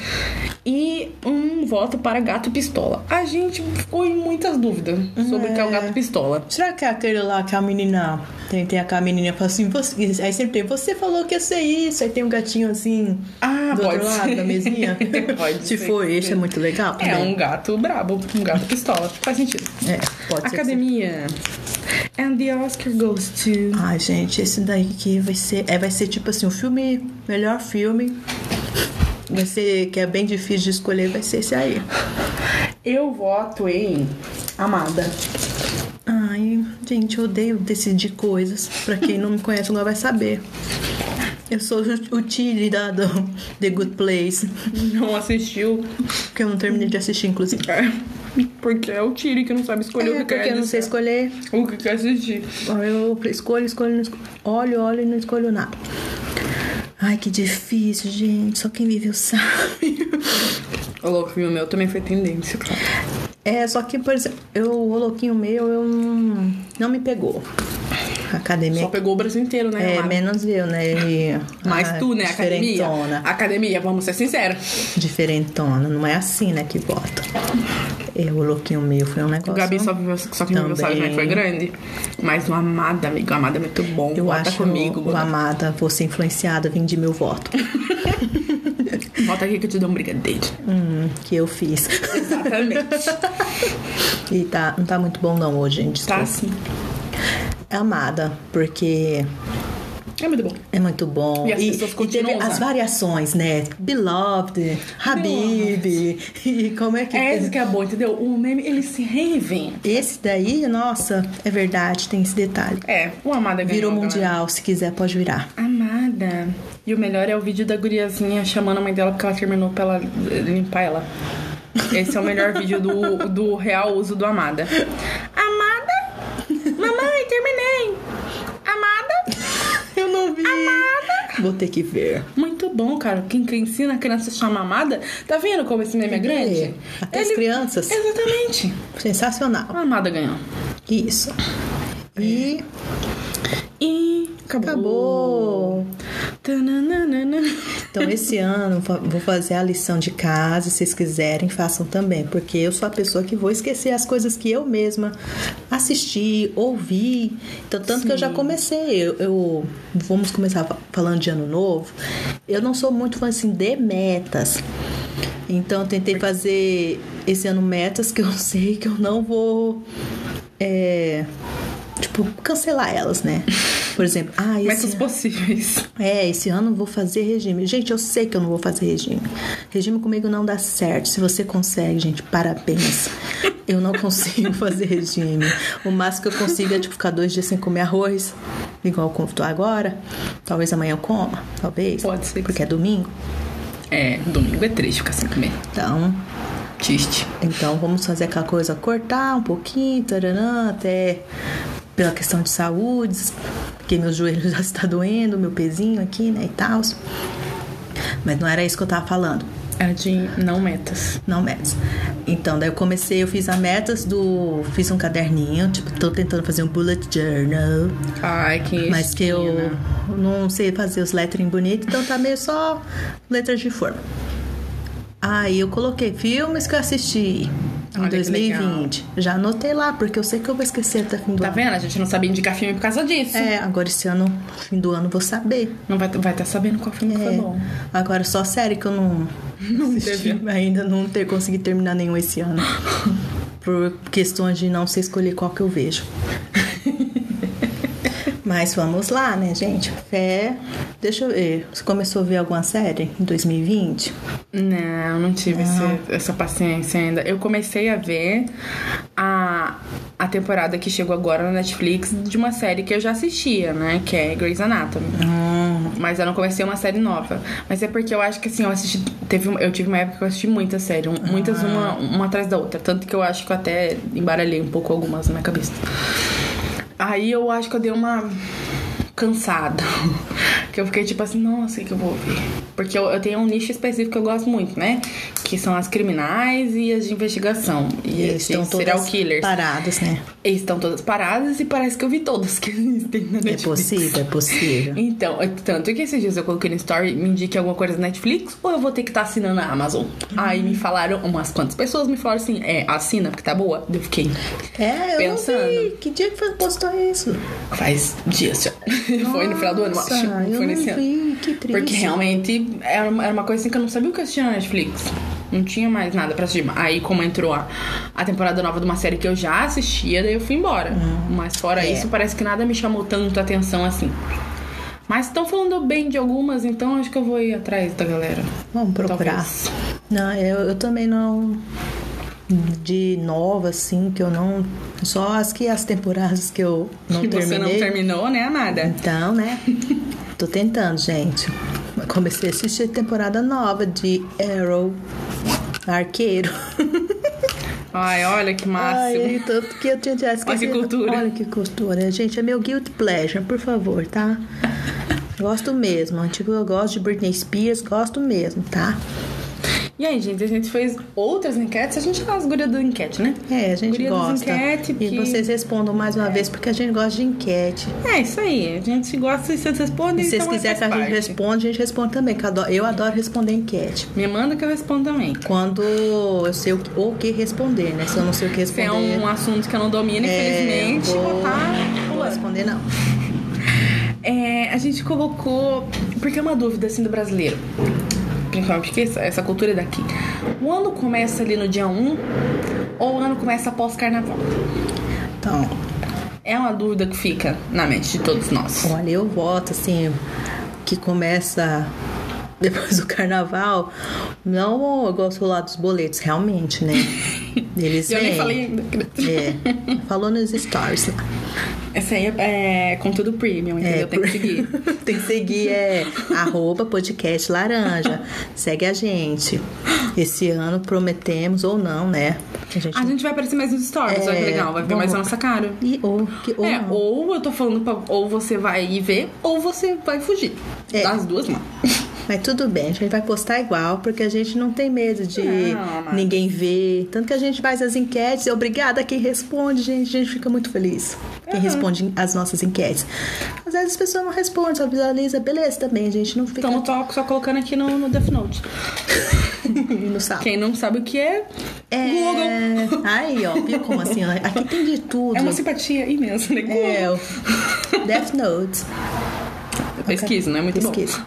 Speaker 2: E um voto para gato pistola. A gente ficou em muitas dúvidas sobre o que é o gato pistola.
Speaker 1: Será que é aquele lá que a menina tem, tem aquela menininha que fala assim, você, aí sempre tem, você falou que ia ser isso, aí tem um gatinho assim
Speaker 2: Ah,
Speaker 1: do
Speaker 2: pode
Speaker 1: outro
Speaker 2: ser.
Speaker 1: lado da mesinha?
Speaker 2: Pode
Speaker 1: Se
Speaker 2: ser.
Speaker 1: for esse, é muito legal também.
Speaker 2: É um gato brabo, um gato pistola. Faz sentido.
Speaker 1: É, pode ser. que sim.
Speaker 2: Academia. And the Oscar goes to.
Speaker 1: Ai, gente, esse daí que vai ser. É, vai ser tipo assim, o filme. Melhor filme. Vai ser. Que é bem difícil de escolher, vai ser esse aí.
Speaker 2: Eu voto em Amada.
Speaker 1: Ai, gente, eu odeio decidir coisas. Pra quem não me conhece, não vai saber. Eu sou o Tilly da do The Good Place.
Speaker 2: Não assistiu. É,
Speaker 1: Que eu não terminei de assistir, inclusive.
Speaker 2: Porque é o Tiri que não sabe escolher o
Speaker 1: É,
Speaker 2: que
Speaker 1: porque
Speaker 2: quer
Speaker 1: eu não sei escolher.
Speaker 2: O que quer assistir.
Speaker 1: Eu escolho, escolho, não escolho. Olho, olho e não escolho nada. Ai, que difícil, gente. Só quem viveu sabe.
Speaker 2: O louquinho meu também foi tendência, claro.
Speaker 1: É, só que, por exemplo, eu, o louquinho meu, eu não, não me pegou. A academia.
Speaker 2: Só pegou o Brasil inteiro, né?
Speaker 1: É,
Speaker 2: Amada?
Speaker 1: menos eu, né? E,
Speaker 2: Mas
Speaker 1: ah,
Speaker 2: tu, né, academia?
Speaker 1: Diferentona.
Speaker 2: Academia, vamos ser sinceros.
Speaker 1: Diferentona. Não é assim, né, que bota. É, o louquinho meu foi um negócio.
Speaker 2: O Gabi só, viveu, só que viveu
Speaker 1: Também.
Speaker 2: sabe como é que foi grande. Mas o Amada, amigo, o Amada é muito bom.
Speaker 1: Eu
Speaker 2: Vota
Speaker 1: acho
Speaker 2: comigo.
Speaker 1: o
Speaker 2: Vota,
Speaker 1: Amada, vou ser influenciada, vendi meu voto.
Speaker 2: vota aqui que eu te dou um brigadeiro.
Speaker 1: Hum, que eu fiz.
Speaker 2: Exatamente.
Speaker 1: E tá, não tá muito bom não hoje, gente.
Speaker 2: tá
Speaker 1: Desculpa.
Speaker 2: sim.
Speaker 1: É amada, porque
Speaker 2: É muito bom.
Speaker 1: é muito bom.
Speaker 2: E as pessoas continuam
Speaker 1: teve as
Speaker 2: usando.
Speaker 1: variações, né? Beloved, Habib, e como é que...
Speaker 2: É isso que é bom, entendeu? O meme, ele se reinventa.
Speaker 1: Esse daí, nossa, é verdade, tem esse detalhe.
Speaker 2: É, o Amada ganhou.
Speaker 1: Virou
Speaker 2: galera.
Speaker 1: mundial, se quiser pode virar.
Speaker 2: Amada. E o melhor é o vídeo da guriazinha chamando a mãe dela porque ela terminou pra ela eh, limpar ela. Esse é o melhor vídeo do, do real uso do Amada. Amada? Mamãe, terminei! Amada?
Speaker 1: Eu não vi. Vou ter que ver.
Speaker 2: Muito bom, cara. Quem, quem ensina a criança a chamar Amada, tá vendo como esse meme é grande? é
Speaker 1: É, até as crianças.
Speaker 2: Exatamente.
Speaker 1: Sensacional.
Speaker 2: A Amada ganhou.
Speaker 1: Isso.
Speaker 2: É.
Speaker 1: E
Speaker 2: E acabou.
Speaker 1: acabou.
Speaker 2: Tananana.
Speaker 1: Então, esse ano, fa- vou fazer a lição de casa. Se vocês quiserem, façam também. Porque eu sou a pessoa que vou esquecer as coisas que eu mesma assisti, ouvi. Então, tanto que eu já comecei. Eu, eu- Vamos começar fa- falando de ano novo. Eu não sou muito fã, assim, de metas. Então, eu tentei fazer esse ano metas que eu sei que eu não vou... é, Tipo, tipo, cancelar elas, né? Por exemplo, ah, esse
Speaker 2: Métodos possíveis.
Speaker 1: é, esse ano eu vou fazer regime. Gente, eu sei que eu não vou fazer regime. Regime comigo não dá certo. Se você consegue, gente, parabéns. Eu não consigo fazer regime. O máximo que eu consigo é, tipo, ficar dois dias sem comer arroz, igual eu estou agora. Talvez amanhã eu coma, talvez.
Speaker 2: Pode ser que
Speaker 1: Porque é domingo.
Speaker 2: É, domingo é triste ficar sem comer.
Speaker 1: Então,
Speaker 2: Triste.
Speaker 1: então vamos fazer aquela coisa, cortar um pouquinho, taranã, até pela questão de saúde, porque meu joelho já está doendo, meu pezinho aqui, né, e tal. Mas não era isso que eu tava falando,
Speaker 2: Era de não metas.
Speaker 1: É não metas. Então, daí eu comecei, eu fiz a metas do... Fiz um caderninho, tipo, tô tentando fazer um bullet journal,
Speaker 2: Ai, que né?
Speaker 1: mas que eu
Speaker 2: esquina.
Speaker 1: não sei fazer os lettering bonito, então tá meio só letras de forma. Aí eu coloquei filmes que eu assisti em
Speaker 2: Olha que
Speaker 1: 2020. Já anotei lá, porque eu sei que eu vou esquecer até fim do
Speaker 2: Tá
Speaker 1: ano.
Speaker 2: vendo? A gente não sabia indicar filme por causa disso.
Speaker 1: É, agora esse ano, fim do ano, eu vou saber.
Speaker 2: Não vai estar vai tá sabendo qual filme que foi
Speaker 1: É.
Speaker 2: bom.
Speaker 1: Agora, só série que eu não, não assisti, ainda não ter conseguido terminar nenhum esse ano. Por questões de não sei escolher qual que eu vejo. Mas vamos lá, né, gente? Fé. Deixa eu ver. Você começou a ver alguma série em 2020?
Speaker 2: Não, não tive esse- essa paciência ainda. Eu comecei a ver a, a temporada que chegou agora na Netflix de uma série que eu já assistia, né? Que é Grey's Anatomy. Mas eu não comecei uma série nova. Mas é porque eu acho que assim, eu assisti. Teve, um- eu tive uma época que eu assisti muita série, um- muitas uma, uma atrás da outra. Tanto que eu acho que eu até embaralhei um pouco algumas na minha cabeça. Aí eu acho que eu dei uma cansada. que eu fiquei tipo assim, nossa, o que que eu vou ouvir? Porque eu, eu tenho um nicho específico que eu gosto muito, né? Que são as criminais e as de investigação. E, as de serial killers.
Speaker 1: paradas, né?
Speaker 2: Estão todas paradas e parece que eu vi todas que existem na
Speaker 1: É
Speaker 2: Netflix.
Speaker 1: possível, é possível.
Speaker 2: Então, é tanto que esses dias eu coloquei no story, me indique alguma coisa na Netflix ou eu vou ter que estar assinando a Amazon. Aí me falaram, umas quantas pessoas me falaram assim, é, assina porque tá boa. Eu fiquei,
Speaker 1: É, eu não vi.
Speaker 2: Pensando.
Speaker 1: Que dia que foi postou isso?
Speaker 2: faz dias já. Foi no final do ano, eu acho.
Speaker 1: Nossa, eu não
Speaker 2: Foi nesse ano.
Speaker 1: vi. Que triste.
Speaker 2: Porque realmente era uma, era uma coisa assim que eu não sabia o que eu assistia na Netflix. Não tinha mais nada pra assistir. Aí, como entrou a, a temporada nova de uma série que eu já assistia, daí eu fui embora. Mas fora
Speaker 1: É.
Speaker 2: isso, parece que nada me chamou tanto a atenção assim. Mas estão falando bem de algumas, então acho que eu vou ir atrás da galera.
Speaker 1: Vamos procurar.
Speaker 2: Talvez.
Speaker 1: Não, eu, eu também não. De nova, assim, que eu não. Só as que as temporadas que eu não
Speaker 2: que
Speaker 1: terminei.
Speaker 2: você não terminou, né, nada?
Speaker 1: Então, né? Tô tentando, gente. Comecei a assistir temporada nova de Arrow Arqueiro.
Speaker 2: Ai, olha
Speaker 1: Ai,
Speaker 2: que
Speaker 1: é.
Speaker 2: máximo.
Speaker 1: ele tanto que eu tinha já esquecido.
Speaker 2: que cultura.
Speaker 1: Olha que cultura. Gente, é meu guilty pleasure, por favor, tá? Gosto mesmo. Tipo, eu gosto de Britney Spears, gosto mesmo, tá?
Speaker 2: E aí, gente, a gente fez outras enquetes. A gente é as gurias da enquete, né?
Speaker 1: É, a gente
Speaker 2: Guria das
Speaker 1: gosta.
Speaker 2: enquete,
Speaker 1: E
Speaker 2: porque-
Speaker 1: vocês respondam mais uma vez, porque a gente gosta de enquete.
Speaker 2: É isso aí. A gente gosta e vocês respondem.
Speaker 1: Se vocês
Speaker 2: então
Speaker 1: quiserem que a
Speaker 2: faz
Speaker 1: gente
Speaker 2: parte.
Speaker 1: responda, a gente responde também. que eu adoro- eu adoro responder enquete.
Speaker 2: Me manda que eu respondo também.
Speaker 1: Quando eu sei o que, ou o que responder, né? Se eu não sei o que
Speaker 2: Se
Speaker 1: responder.
Speaker 2: é um assunto que eu não domino,
Speaker 1: é,
Speaker 2: infelizmente,
Speaker 1: vou-
Speaker 2: vou tá
Speaker 1: vou
Speaker 2: pulando.
Speaker 1: responder, não.
Speaker 2: É, a gente colocou. Porque é uma dúvida assim do brasileiro. Principalmente porque essa, essa cultura é daqui. O ano começa ali no dia 1 ou o ano começa após carnaval?
Speaker 1: Então,
Speaker 2: É uma dúvida que fica na mente de todos nós.
Speaker 1: olha, eu voto assim, que começa depois do carnaval. Não, eu gosto lá dos boletos, realmente, né? Eles
Speaker 2: E eu nem
Speaker 1: vêm.
Speaker 2: falei ainda.
Speaker 1: É, falou nos stories.
Speaker 2: Essa aí é, é conteúdo premium, entendeu? Tem que seguir.
Speaker 1: Tem que seguir, é arroba podcast laranja. Segue a gente. Esse ano prometemos ou não, né? A gente.
Speaker 2: A gente vai aparecer mais nos stories, olha que
Speaker 1: É,
Speaker 2: legal, vai ver mais a
Speaker 1: vamos-
Speaker 2: nossa cara.
Speaker 1: E, ou, que, ou
Speaker 2: é,
Speaker 1: não.
Speaker 2: ou eu tô falando pra, ou você vai ir ver, ou você vai fugir.
Speaker 1: É.
Speaker 2: As duas não.
Speaker 1: Mas tudo bem, a gente vai postar igual, porque a gente não tem medo de
Speaker 2: Não, mas-
Speaker 1: ninguém ver. Tanto que a gente faz as enquetes, obrigada a quem responde, gente. A gente fica muito feliz.
Speaker 2: Uhum.
Speaker 1: Quem responde as nossas enquetes. Às vezes as pessoas não respondem, só visualiza, beleza também, a gente não fica
Speaker 2: Estamos Então, só, só colocando aqui no, no Death Note.
Speaker 1: no saco.
Speaker 2: Quem não sabe o que é,
Speaker 1: É...
Speaker 2: Google.
Speaker 1: Aí, ó, viu como assim? ó, Aqui tem de tudo.
Speaker 2: É uma simpatia imensa, né? Google.
Speaker 1: É, o Death Note.
Speaker 2: Pesquisa, não é muito
Speaker 1: Pesquisa.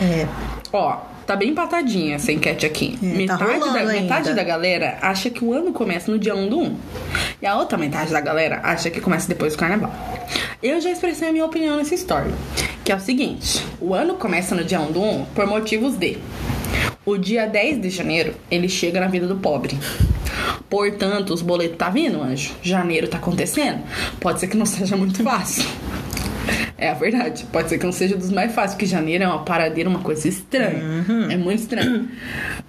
Speaker 1: É,
Speaker 2: bom. Ó, tá bem empatadinha essa enquete aqui.
Speaker 1: É, tá
Speaker 2: metade,
Speaker 1: rolando
Speaker 2: da, metade
Speaker 1: ainda.
Speaker 2: da galera acha que o ano começa no dia 1 do 1. E a outra metade da galera acha que começa depois do carnaval. Eu já expressei a minha opinião nessa história, que é o seguinte: o ano começa no dia 1 do 1 por motivos de. O dia 10 de janeiro, ele chega na vida do pobre. Portanto, os boletos tá vindo, anjo. Janeiro tá acontecendo. Pode ser que não seja muito fácil. É a verdade. Pode ser que não seja dos mais fáceis, porque janeiro é uma paradeira, uma coisa estranha. É muito estranho.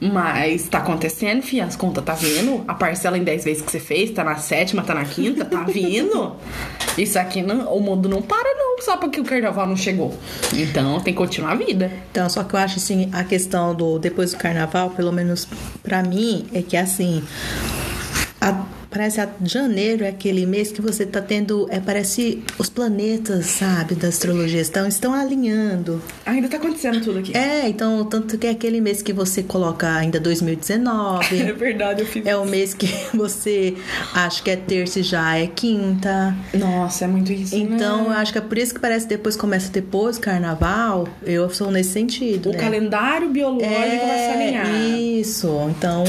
Speaker 2: Mas tá acontecendo, fia. As contas tá vindo. A parcela em 10 vezes que você fez, tá na sétima, tá na quinta, tá vindo. Isso aqui, não, o mundo não para, não, só porque o carnaval não chegou. Então tem que continuar a vida.
Speaker 1: Então, só que eu acho assim, a questão do depois do carnaval, pelo menos pra mim, é que assim, a- parece a janeiro é aquele mês que você tá tendo, é, parece os planetas, sabe, da astrologia estão estão alinhando.
Speaker 2: Ainda tá acontecendo tudo aqui.
Speaker 1: É, então tanto que é aquele mês que você coloca ainda 2019.
Speaker 2: verdade, eu fiz.
Speaker 1: É o mês que você acha que é terça e já é quinta.
Speaker 2: Nossa, é muito isso.
Speaker 1: Então, eu
Speaker 2: né?
Speaker 1: acho que é por isso que parece que depois começa depois carnaval. Eu sou nesse sentido.
Speaker 2: o
Speaker 1: né?
Speaker 2: calendário biológico vai se alinhar.
Speaker 1: Isso, então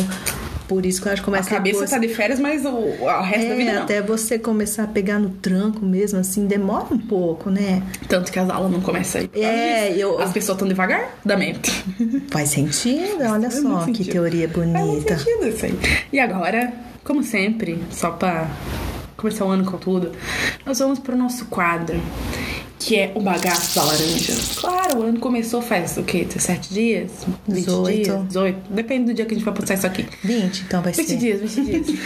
Speaker 1: por isso que eu acho que
Speaker 2: A
Speaker 1: começa
Speaker 2: cabeça
Speaker 1: depois.
Speaker 2: tá de férias, mas o, o resto da
Speaker 1: É,
Speaker 2: vida não.
Speaker 1: até você começar a pegar no tranco mesmo, assim, demora um pouco, né?
Speaker 2: Tanto que as aulas não começam aí. por causa
Speaker 1: É,
Speaker 2: disso.
Speaker 1: eu-
Speaker 2: As pessoas estão devagar da mente.
Speaker 1: Faz sentido, olha
Speaker 2: Faz
Speaker 1: só
Speaker 2: muito
Speaker 1: que
Speaker 2: sentido.
Speaker 1: teoria
Speaker 2: Faz muito
Speaker 1: bonita.
Speaker 2: sentido isso aí. E agora, como sempre, só pra começar o ano com tudo, nós vamos pro nosso quadro, que é o bagaço da laranja. Claro, o ano começou faz o quê? 17 dias? 20
Speaker 1: 18.
Speaker 2: dias? 18? Depende do dia que a gente vai postar isso aqui.
Speaker 1: 20, então vai
Speaker 2: 20
Speaker 1: ser.
Speaker 2: dias, 20 dias.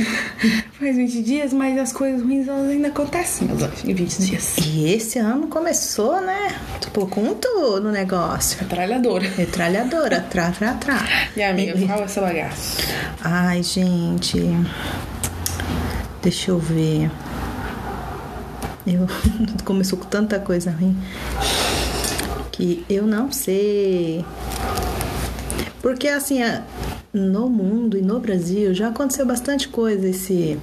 Speaker 2: Faz 20 dias, mas as coisas ruins elas ainda acontecem, meus anjos, em 20 dias.
Speaker 1: E esse ano começou, né? Tipo, com tudo o negócio.
Speaker 2: Metralhadora.
Speaker 1: Metralhadora, trá, trá, trá.
Speaker 2: E amiga, qual é o seu bagaço?
Speaker 1: Ai, gente. Deixa eu ver. Eu começou com tanta coisa ruim que eu não sei. Porque assim, a- no mundo e no Brasil já aconteceu bastante coisa esse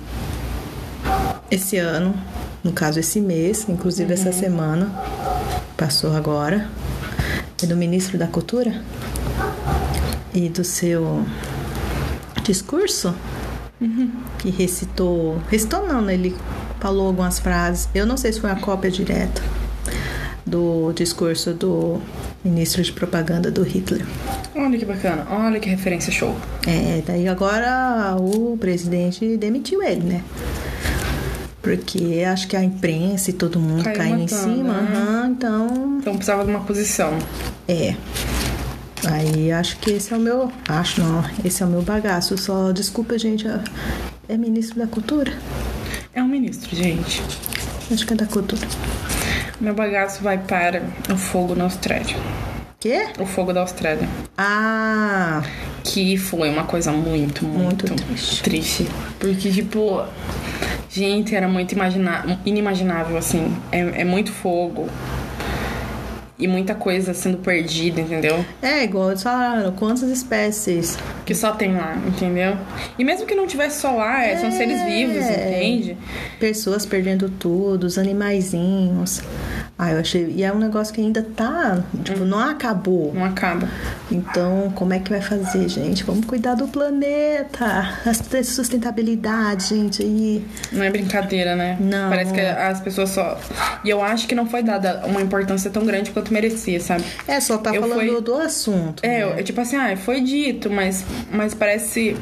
Speaker 1: esse ano, no caso esse mês, inclusive essa semana passou agora, e do ministro da Cultura e do seu discurso
Speaker 2: Uhum.
Speaker 1: que recitou. Recitou não, né? Ele falou algumas frases. Eu não sei se foi uma cópia direta do discurso do ministro de propaganda do Hitler.
Speaker 2: Olha que bacana, olha que referência show.
Speaker 1: É, daí agora o presidente demitiu ele, né? Porque acho que a imprensa e todo mundo
Speaker 2: Caiu
Speaker 1: caiu, em
Speaker 2: matando,
Speaker 1: cima.
Speaker 2: né?
Speaker 1: aham, então,
Speaker 2: Então precisava de uma posição.
Speaker 1: é. Aí acho que esse é o meu. Acho não, esse é o meu bagaço. Só desculpa, gente. eu- É ministro da cultura?
Speaker 2: É um ministro, gente.
Speaker 1: Acho que é da cultura.
Speaker 2: Meu bagaço vai para o fogo na Austrália.
Speaker 1: Quê?
Speaker 2: O fogo da Austrália.
Speaker 1: Ah,
Speaker 2: Que foi uma coisa muito, muito,
Speaker 1: Muito triste.
Speaker 2: triste. Porque, tipo, gente, era muito imagina inimaginável, assim. É, é muito fogo. E muita coisa sendo perdida, entendeu?
Speaker 1: é igual eles falaram, quantas espécies?
Speaker 2: Que só tem lá, entendeu? E mesmo que não tivesse só lá, é- são seres vivos,
Speaker 1: É.
Speaker 2: entende?
Speaker 1: Pessoas perdendo tudo, os animaizinhos. Ah, eu achei. E é um negócio que ainda tá. Tipo, não acabou.
Speaker 2: Não acaba.
Speaker 1: Então, como é que vai fazer, gente? Vamos cuidar do planeta. A sustentabilidade, gente. aí.
Speaker 2: Não é brincadeira, né?
Speaker 1: Não.
Speaker 2: Parece que as pessoas só. E eu acho que não foi dada uma importância tão grande quanto merecia, sabe?
Speaker 1: É, só tá
Speaker 2: Eu
Speaker 1: falando
Speaker 2: fui-
Speaker 1: do assunto.
Speaker 2: É,
Speaker 1: né?
Speaker 2: eu- é tipo assim, ah, foi dito, mas, mas parece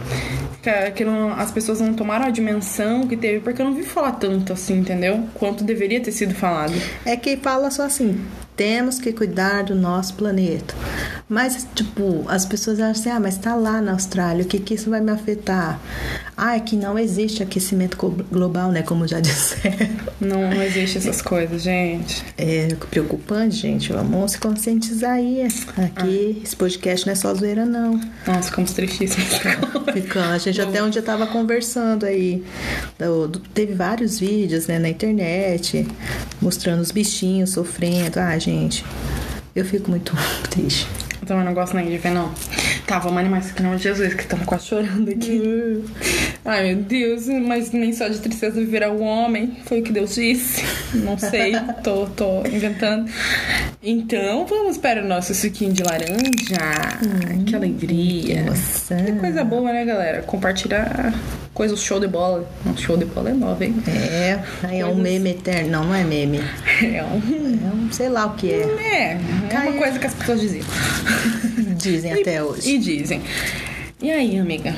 Speaker 2: que, que não- as pessoas não tomaram a dimensão que teve, porque eu não vi falar tanto assim, entendeu? Quanto deveria ter sido falado.
Speaker 1: É que fala só assim, temos que cuidar do nosso planeta. Mas, tipo, as pessoas acham assim, ah, mas tá lá na Austrália, o que que isso vai me afetar? Ah, é que não existe aquecimento glo- global, né, como já disseram.
Speaker 2: Não, não existe essas coisas, gente.
Speaker 1: É preocupante, gente, vamos se conscientizar aí. Aqui, esse podcast não é só zoeira, não.
Speaker 2: Nossa, ficamos tristíssimos.
Speaker 1: Fica, a gente até onde eu tava conversando aí. do- do- teve vários vídeos né, na internet mostrando os bichinhos sofrendo. Ah, gente, eu fico muito triste.
Speaker 2: Eu também não gosto nem de ver, não. Tá, vamos animar isso aqui, em nome de Jesus, que estamos quase chorando aqui. Ai, meu Deus, mas nem só de tristeza viverá o homem. Foi o que Deus disse. Não sei, tô, tô inventando. Então, vamos para o nosso suquinho de laranja. Que alegria.
Speaker 1: Nossa. Uhum.
Speaker 2: Que coisa boa, né, galera? Compartilhar coisas show de bola. Não, show de bola é nova, hein?
Speaker 1: É, aí é um
Speaker 2: Coisas-
Speaker 1: meme eterno. Não, não é meme.
Speaker 2: É, um,
Speaker 1: É um, sei lá o que é.
Speaker 2: é, é uma coisa que as pessoas diziam.
Speaker 1: Dizem até hoje.
Speaker 2: E dizem. E aí, amiga?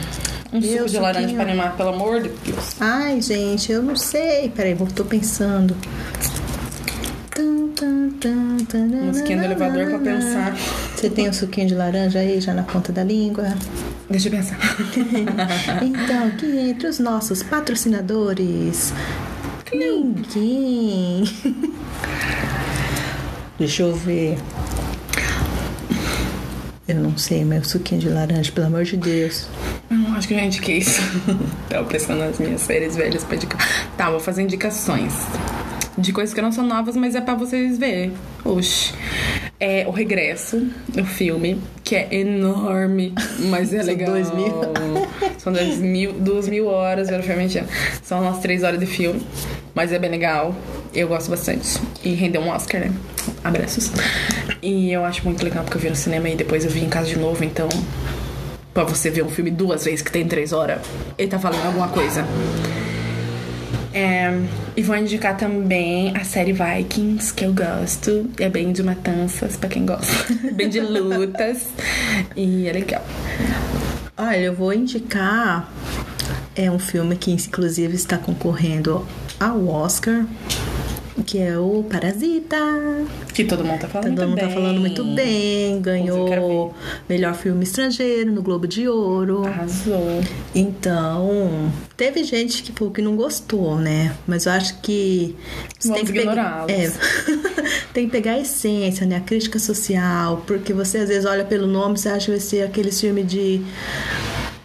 Speaker 2: Um
Speaker 1: Eu, é?
Speaker 2: suco de laranja
Speaker 1: suquinho.
Speaker 2: pra animar, pelo amor de Deus.
Speaker 1: Ai, gente, eu não sei. Peraí, vou- tô pensando. Tum, tum, tum, tananana.
Speaker 2: Musiquinha do Um elevador pra pensar.
Speaker 1: Você tem um suquinho de laranja aí, já na ponta da língua?
Speaker 2: Deixa eu pensar.
Speaker 1: Então, que entre os nossos patrocinadores, ninguém. Deixa eu ver. Eu não sei, meu suquinho de laranja, pelo amor de Deus.
Speaker 2: Hum, acho que eu já indiquei isso. Tava prestando as minhas séries velhas pra indicar. Tá, vou fazer indicações. De coisas que não são novas, mas é pra vocês verem. Oxi. É O Regresso, o filme, que é enorme, mas é
Speaker 1: São
Speaker 2: legal.
Speaker 1: dois mil.
Speaker 2: São dois mil, duas mil horas, eu não mentindo. São umas três horas de filme, mas é bem legal. Eu gosto bastante. E rendeu um Oscar, né? Abraços. E eu acho muito legal porque eu vi no cinema e depois eu vi em casa de novo, então. Pra você ver um filme duas vezes que tem três horas, ele tá falando alguma coisa. É, e vou indicar também a série Vikings, que eu gosto. É bem de matanças, pra quem gosta. bem de lutas. e é legal.
Speaker 1: Olha, eu vou indicar é um filme que inclusive está concorrendo ao Oscar, que é o Parasita.
Speaker 2: Que todo mundo tá falando
Speaker 1: Todo mundo
Speaker 2: bem.
Speaker 1: tá falando muito bem,
Speaker 2: eu quero
Speaker 1: ganhou melhor filme estrangeiro no Globo de Ouro.
Speaker 2: Arrasou.
Speaker 1: Então, teve gente que falou que não gostou, né? Mas eu acho que você
Speaker 2: Vamos
Speaker 1: tem que pegar,
Speaker 2: ignorá-los.
Speaker 1: é, tem que pegar a essência, né? A crítica social, porque você às vezes olha pelo nome, você acha que vai ser aquele filme de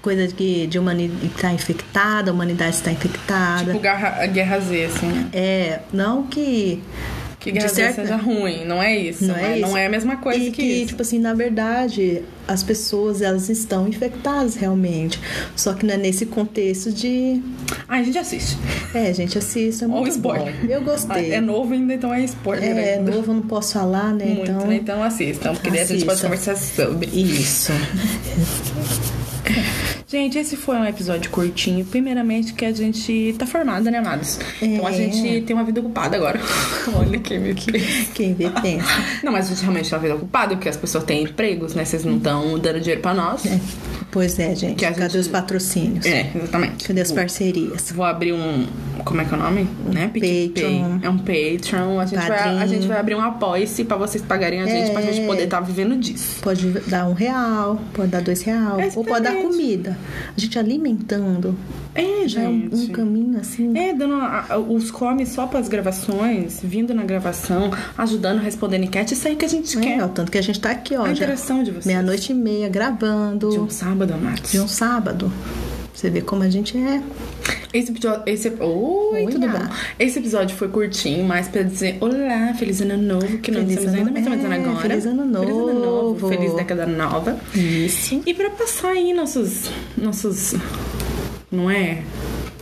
Speaker 1: coisa que de humanidade está infectada, a humanidade está infectada.
Speaker 2: Tipo Garra- Guerra Z, assim, né?
Speaker 1: É, não que
Speaker 2: Que
Speaker 1: de
Speaker 2: Guerra Z
Speaker 1: certa-
Speaker 2: seja ruim, não é isso.
Speaker 1: não
Speaker 2: mas
Speaker 1: é isso.
Speaker 2: não é a mesma coisa
Speaker 1: e
Speaker 2: que, isso.
Speaker 1: tipo assim, na verdade, as pessoas elas estão infectadas realmente. Só que não é nesse contexto de
Speaker 2: Ah, a gente assiste.
Speaker 1: É, gente, assista. É
Speaker 2: Ó o
Speaker 1: muito
Speaker 2: spoiler.
Speaker 1: bom. Eu gostei.
Speaker 2: É novo ainda, então é spoiler.
Speaker 1: É,
Speaker 2: ainda.
Speaker 1: novo, eu não posso falar, né?
Speaker 2: Muito,
Speaker 1: então.
Speaker 2: né? Então assistam, porque daí a gente pode
Speaker 1: Assista.
Speaker 2: conversar sobre.
Speaker 1: Isso.
Speaker 2: Gente, esse foi um episódio curtinho. Primeiramente, que a gente tá formada, né, amados? Então a
Speaker 1: É.
Speaker 2: gente tem uma vida ocupada agora. Olha que meio que.
Speaker 1: Quem vê pensa.
Speaker 2: Não, mas a gente realmente tem uma vida ocupada, porque as pessoas têm empregos, né? Vocês não estão dando dinheiro pra nós.
Speaker 1: É, Pois é, gente.
Speaker 2: Que a
Speaker 1: Cadê
Speaker 2: gente-
Speaker 1: os patrocínios?
Speaker 2: É, exatamente.
Speaker 1: Cadê as parcerias?
Speaker 2: Vou abrir um. Como é que é o nome? Né?
Speaker 1: Patreon.
Speaker 2: É um Patreon. A gente, vai,
Speaker 1: Padrim.
Speaker 2: a gente vai abrir um apoia-se pra vocês pagarem a gente, pra
Speaker 1: É.
Speaker 2: gente poder estar vivendo disso.
Speaker 1: Pode dar um real, pode dar dois real, ou pode dar
Speaker 2: É Exatamente.
Speaker 1: comida. A gente alimentando
Speaker 2: É,
Speaker 1: já é um, um caminho assim.
Speaker 2: É, dando a- a- os comes só pras gravações, vindo na gravação, ajudando, respondendo enquete, isso aí que É a gente
Speaker 1: É,
Speaker 2: quer.
Speaker 1: o tanto que a gente tá aqui, ó.
Speaker 2: a
Speaker 1: já.
Speaker 2: interação de vocês.
Speaker 1: Meia-noite e meia gravando.
Speaker 2: De um sábado, Amados.
Speaker 1: de um sábado. Você vê como a gente é.
Speaker 2: Esse episódio. Esse... Oi,
Speaker 1: Oi,
Speaker 2: tudo
Speaker 1: Nara.
Speaker 2: bom? Esse episódio foi curtinho, mas pra dizer olá, feliz ano novo, que não
Speaker 1: Feliz
Speaker 2: dissemos
Speaker 1: ano-
Speaker 2: ainda, mas estamos dizendo
Speaker 1: é,
Speaker 2: agora.
Speaker 1: feliz ano
Speaker 2: Feliz ano novo,
Speaker 1: novo.
Speaker 2: feliz década nova.
Speaker 1: Isso.
Speaker 2: E pra passar aí nossos. nossos. não é?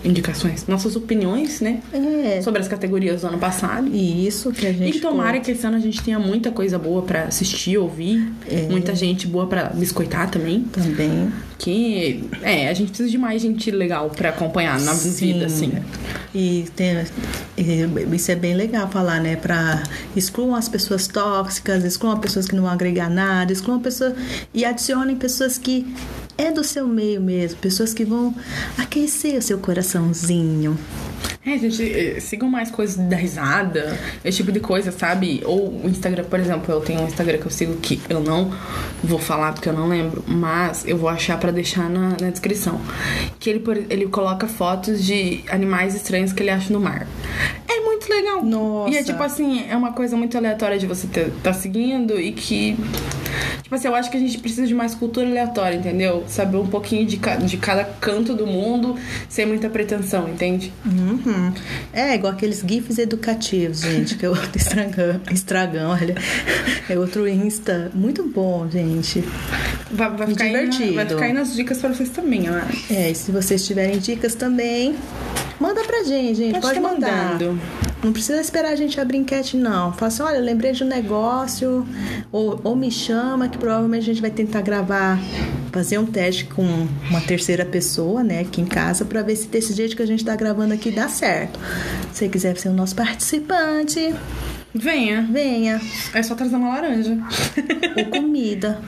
Speaker 2: Indicações, nossas opiniões, né?
Speaker 1: É.
Speaker 2: Sobre as categorias do ano passado.
Speaker 1: Isso que a gente.
Speaker 2: E tomara que esse ano a gente tenha muita coisa boa pra assistir, ouvir.
Speaker 1: É.
Speaker 2: Muita gente boa pra biscoitar também.
Speaker 1: Também.
Speaker 2: Que, é, a gente precisa de mais gente legal pra acompanhar na
Speaker 1: Sim.
Speaker 2: vida, assim.
Speaker 1: E tem, e isso é bem legal falar, né? Pra excluam as pessoas tóxicas, excluam pessoas que não vão agregar nada, excluam pessoas e adicionem pessoas que é do seu meio mesmo, pessoas que vão aquecer o seu coraçãozinho.
Speaker 2: É, gente, eh, sigam mais coisas da risada, esse tipo de coisa, sabe? Ou o Instagram, por exemplo, eu tenho um Instagram que eu sigo que eu não vou falar porque eu não lembro, mas eu vou achar pra deixar na, na descrição. Que ele, por- ele coloca fotos de animais estranhos que ele acha no mar. É muito legal.
Speaker 1: Nossa.
Speaker 2: E é tipo assim, é uma coisa muito aleatória de você ter, tá seguindo e que. Tipo assim, eu acho que a gente precisa de mais cultura aleatória, entendeu? Saber um pouquinho de, ca- de cada canto do mundo sem muita pretensão, entende?
Speaker 1: Uhum. É igual aqueles GIFs educativos, gente, que é outro estragão, estragão, olha. É outro Insta. Muito bom, gente.
Speaker 2: Vai, vai ficar Aí na- vai
Speaker 1: Divertido.
Speaker 2: ficar aí nas dicas pra vocês também, eu acho.
Speaker 1: É, e se vocês tiverem dicas também, manda pra gente, gente.
Speaker 2: Pode
Speaker 1: Pode,
Speaker 2: tá
Speaker 1: mandar.
Speaker 2: mandando.
Speaker 1: Não precisa esperar a gente abrir enquete, não. Fala assim, olha, eu lembrei de um negócio, ou, ou me chama, que provavelmente a gente vai tentar gravar fazer um teste com uma terceira pessoa, né, aqui em casa, para ver se desse jeito que a gente tá gravando aqui dá certo. Se você quiser ser o nosso participante,
Speaker 2: Venha.
Speaker 1: venha.
Speaker 2: É só trazer uma laranja.
Speaker 1: Ou comida.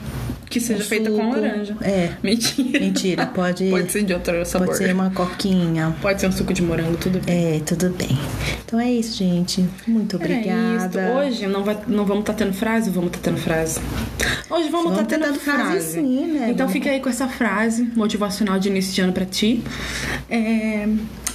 Speaker 2: Que seja
Speaker 1: um
Speaker 2: feita com
Speaker 1: suco.
Speaker 2: laranja.
Speaker 1: É.
Speaker 2: Mentira.
Speaker 1: Mentira, pode,
Speaker 2: Pode ser de outro sabor.
Speaker 1: pode ser uma coquinha.
Speaker 2: Pode ser um suco de morango, tudo bem.
Speaker 1: É, tudo bem. Então é isso, gente. Muito
Speaker 2: Era
Speaker 1: É, obrigada.
Speaker 2: isso. Hoje não, vai- não vamos estar tendo frase, vamos estar tendo frase. Hoje vamos
Speaker 1: Vamos tá
Speaker 2: estar tendo,
Speaker 1: tendo frase,
Speaker 2: frase.
Speaker 1: sim, né?
Speaker 2: Então
Speaker 1: Vamos-
Speaker 2: fica aí com essa frase motivacional de início de ano pra ti. É,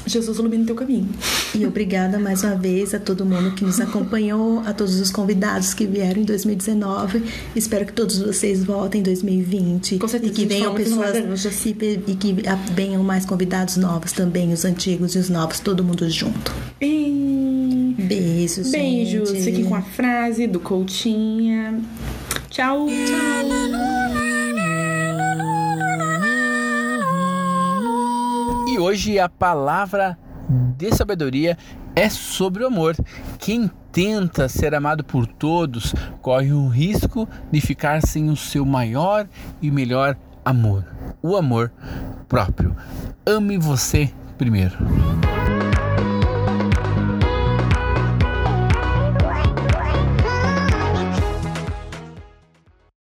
Speaker 2: Jesus ilumina o teu caminho.
Speaker 1: E obrigada mais uma vez a todo mundo que nos acompanhou, a todos os convidados que vieram em 2019. Espero que todos vocês voltem em 2020.
Speaker 2: Com certeza,
Speaker 1: e que
Speaker 2: gente,
Speaker 1: venham
Speaker 2: falamos em
Speaker 1: pessoas
Speaker 2: laranjas.
Speaker 1: e, pe- e que a- venham mais convidados novos também, os antigos e os novos, todo mundo junto.
Speaker 2: E...
Speaker 1: Beijos.
Speaker 2: Beijos.
Speaker 1: gente.
Speaker 2: Fiquem com a frase do Coutinha. Tchau.
Speaker 3: E hoje a palavra de sabedoria é sobre o amor. Quem tenta ser amado por todos corre o risco de ficar sem o seu maior e melhor amor, o amor próprio. Ame você primeiro.